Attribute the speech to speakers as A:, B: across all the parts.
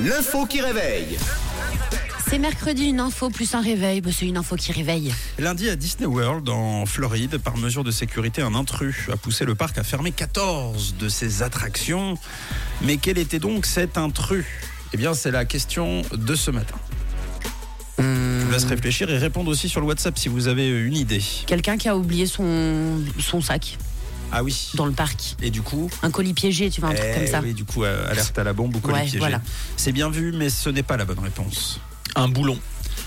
A: L'info qui réveille.
B: C'est mercredi, une info plus un réveil. Bah, c'est une info qui réveille.
C: Lundi à Disney World, en Floride, par mesure de sécurité, un intrus a poussé le parc à fermer 14 de ses attractions. Mais quel était donc cet intrus Eh bien, c'est la question de ce matin. Je vous laisse réfléchir et répondre aussi sur le WhatsApp si vous avez une idée.
B: Quelqu'un qui a oublié son, son sac
C: Ah oui.
B: dans le parc.
C: Et du coup,
B: Un colis piégé, tu vois, un truc
C: eh
B: comme ça.
C: oui, du coup, euh, alerte à la bombe ou colis
B: Ouais,
C: piégé.
B: voilà.
C: C'est bien vu, mais ce n'est pas la bonne réponse.
D: un boulon.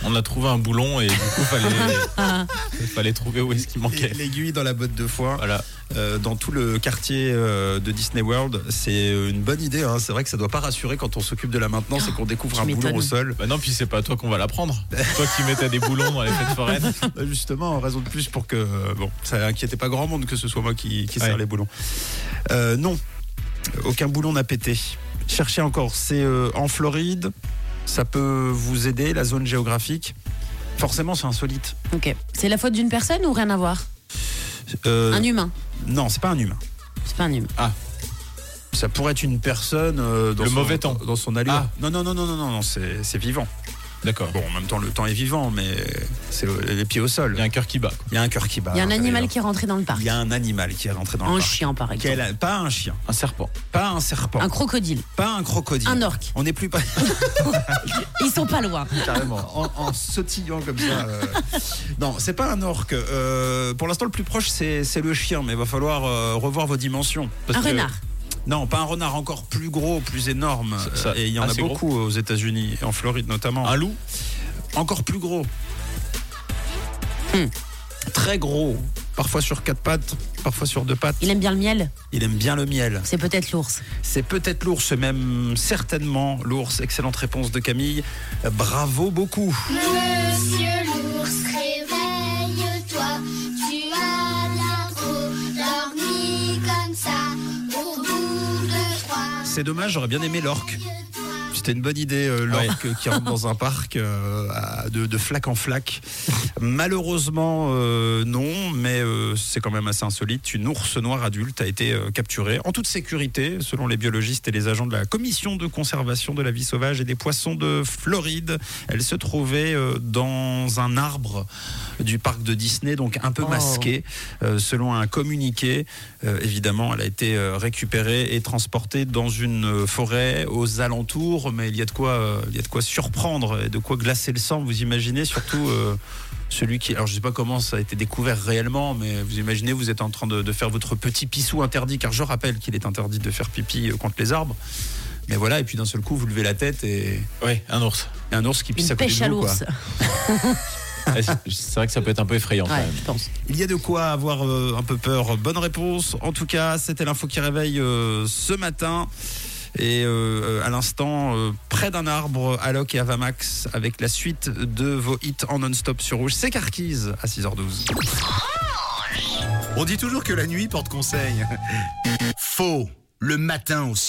D: On a trouvé un boulon et du coup, fallait, fallait trouver où est-ce qu'il manquait.
C: L'aiguille dans la botte de foin.
D: Voilà.
C: Euh, dans tout le quartier euh, de Disney World. C'est une bonne idée. hein. C'est vrai que ça doit pas rassurer quand on s'occupe de la maintenance et qu'on découvre
B: tu
C: un boulon
B: m'étonnes.
C: au sol.
D: Bah non, puis c'est pas à toi qu'on va l'apprendre. Toi qui mettais des boulons dans les fêtes foraines.
C: Euh, Justement, en raison de plus pour que euh, bon, ça inquiétait pas grand monde que ce soit moi qui, qui serre
D: Ouais.
C: les boulons. Euh, non, aucun boulon n'a pété. Cherchez encore. C'est euh, en Floride. Ça peut vous aider la zone géographique. Forcément, c'est insolite.
B: Ok. C'est la faute d'une personne ou rien à voir
C: Euh,
B: Un humain.
C: non, c'est pas un humain.
B: C'est pas un humain.
C: Ça pourrait être une personne euh, dans
D: Le
C: son,
D: mauvais temps.
C: dans son allure.
D: Ah.
C: Non, non, non, non, non, non, non, c'est c'est vivant.
D: D'accord.
C: Bon, en même temps, le temps est vivant, mais c'est le- les pieds au sol.
D: Il y a un cœur qui bat. quoi.
C: Il y a un cœur qui bat.
B: Il y a un animal
C: d'ailleurs.
B: qui est rentré dans le parc.
C: Il y a un animal qui est rentré dans
B: Un
C: le parc.
B: chien, par exemple.
C: Quel- Pas un chien,
D: Un serpent.
C: pas un serpent,
B: Un crocodile.
C: pas un crocodile.
B: Un orque.
C: On n'est plus pas
B: Ils sont pas loin.
C: carrément en, en sautillant comme ça. euh. Non, c'est pas un orque. Euh, pour l'instant, le plus proche, c'est c'est le chien, mais il va falloir euh, revoir vos dimensions. Parce
B: Un
C: que-
B: renard.
C: Non, pas un renard encore plus gros, plus énorme.
D: Ça- ça-
C: et il y en
D: ah,
C: a
D: c'est gros.
C: beaucoup aux États-Unis, et en Floride notamment.
D: Un loup.
C: encore plus gros.
B: Hmm.
C: Très gros. Parfois sur quatre pattes, parfois sur deux pattes.
B: Il aime bien le miel.
C: Il aime bien le miel.
B: C'est peut-être l'ours.
C: C'est peut-être l'ours, même certainement l'ours. Excellente réponse de Camille. Bravo beaucoup.
E: Monsieur l'ours, réveille-toi, tu as bien trop dormi comme ça au bout de trois.
C: C'est dommage, j'aurais bien aimé l'orque.
E: Réveille-toi.
C: C'était une bonne idée, euh, l'orque qui rentre dans un parc euh, à- de, de flaque en flaque. Malheureusement, euh, non, mais euh, c'est quand même assez insolite. Une ours noire adulte a été euh, capturée en toute sécurité, selon les biologistes et les agents de la commission de conservation de la vie sauvage et des poissons de Floride. Elle se trouvait euh, dans un arbre du parc de Disney, donc un peu
B: Oh.
C: masqué, euh, selon un communiqué. Euh, évidemment, elle a été euh, récupérée et transportée dans une euh, forêt aux alentours, mais il y a de quoi, euh, il y a de quoi surprendre et de quoi glacer le sang. Vous imaginez surtout euh, celui qui, alors je sais pas comment ça a été découvert réellement, mais vous imaginez, vous êtes en train de, de faire votre petit pissou interdit, car je rappelle qu'il est interdit de faire pipi euh, contre les arbres. Mais voilà, et puis d'un seul coup, vous levez la tête et
D: Ouais, un ours.
C: et un ours qui pisse
B: Une
C: à côté
B: pêche
C: de
B: à
C: vous. quoi.
B: l'ours.
D: Ah, c'est- C'est vrai que ça peut être un peu effrayant. quand
B: Ouais,
D: même.
B: je pense.
C: Il y a de quoi avoir euh, un peu peur. Bonne réponse. En tout cas, c'était l'info qui réveille euh, ce matin. Et euh, à l'instant, euh, près d'un arbre, Alok et Avamax, avec la suite de vos hits en non-stop sur rouge, c'est Carquise à 6h12.
A: On dit toujours que la nuit porte conseil. Faux. Le matin aussi.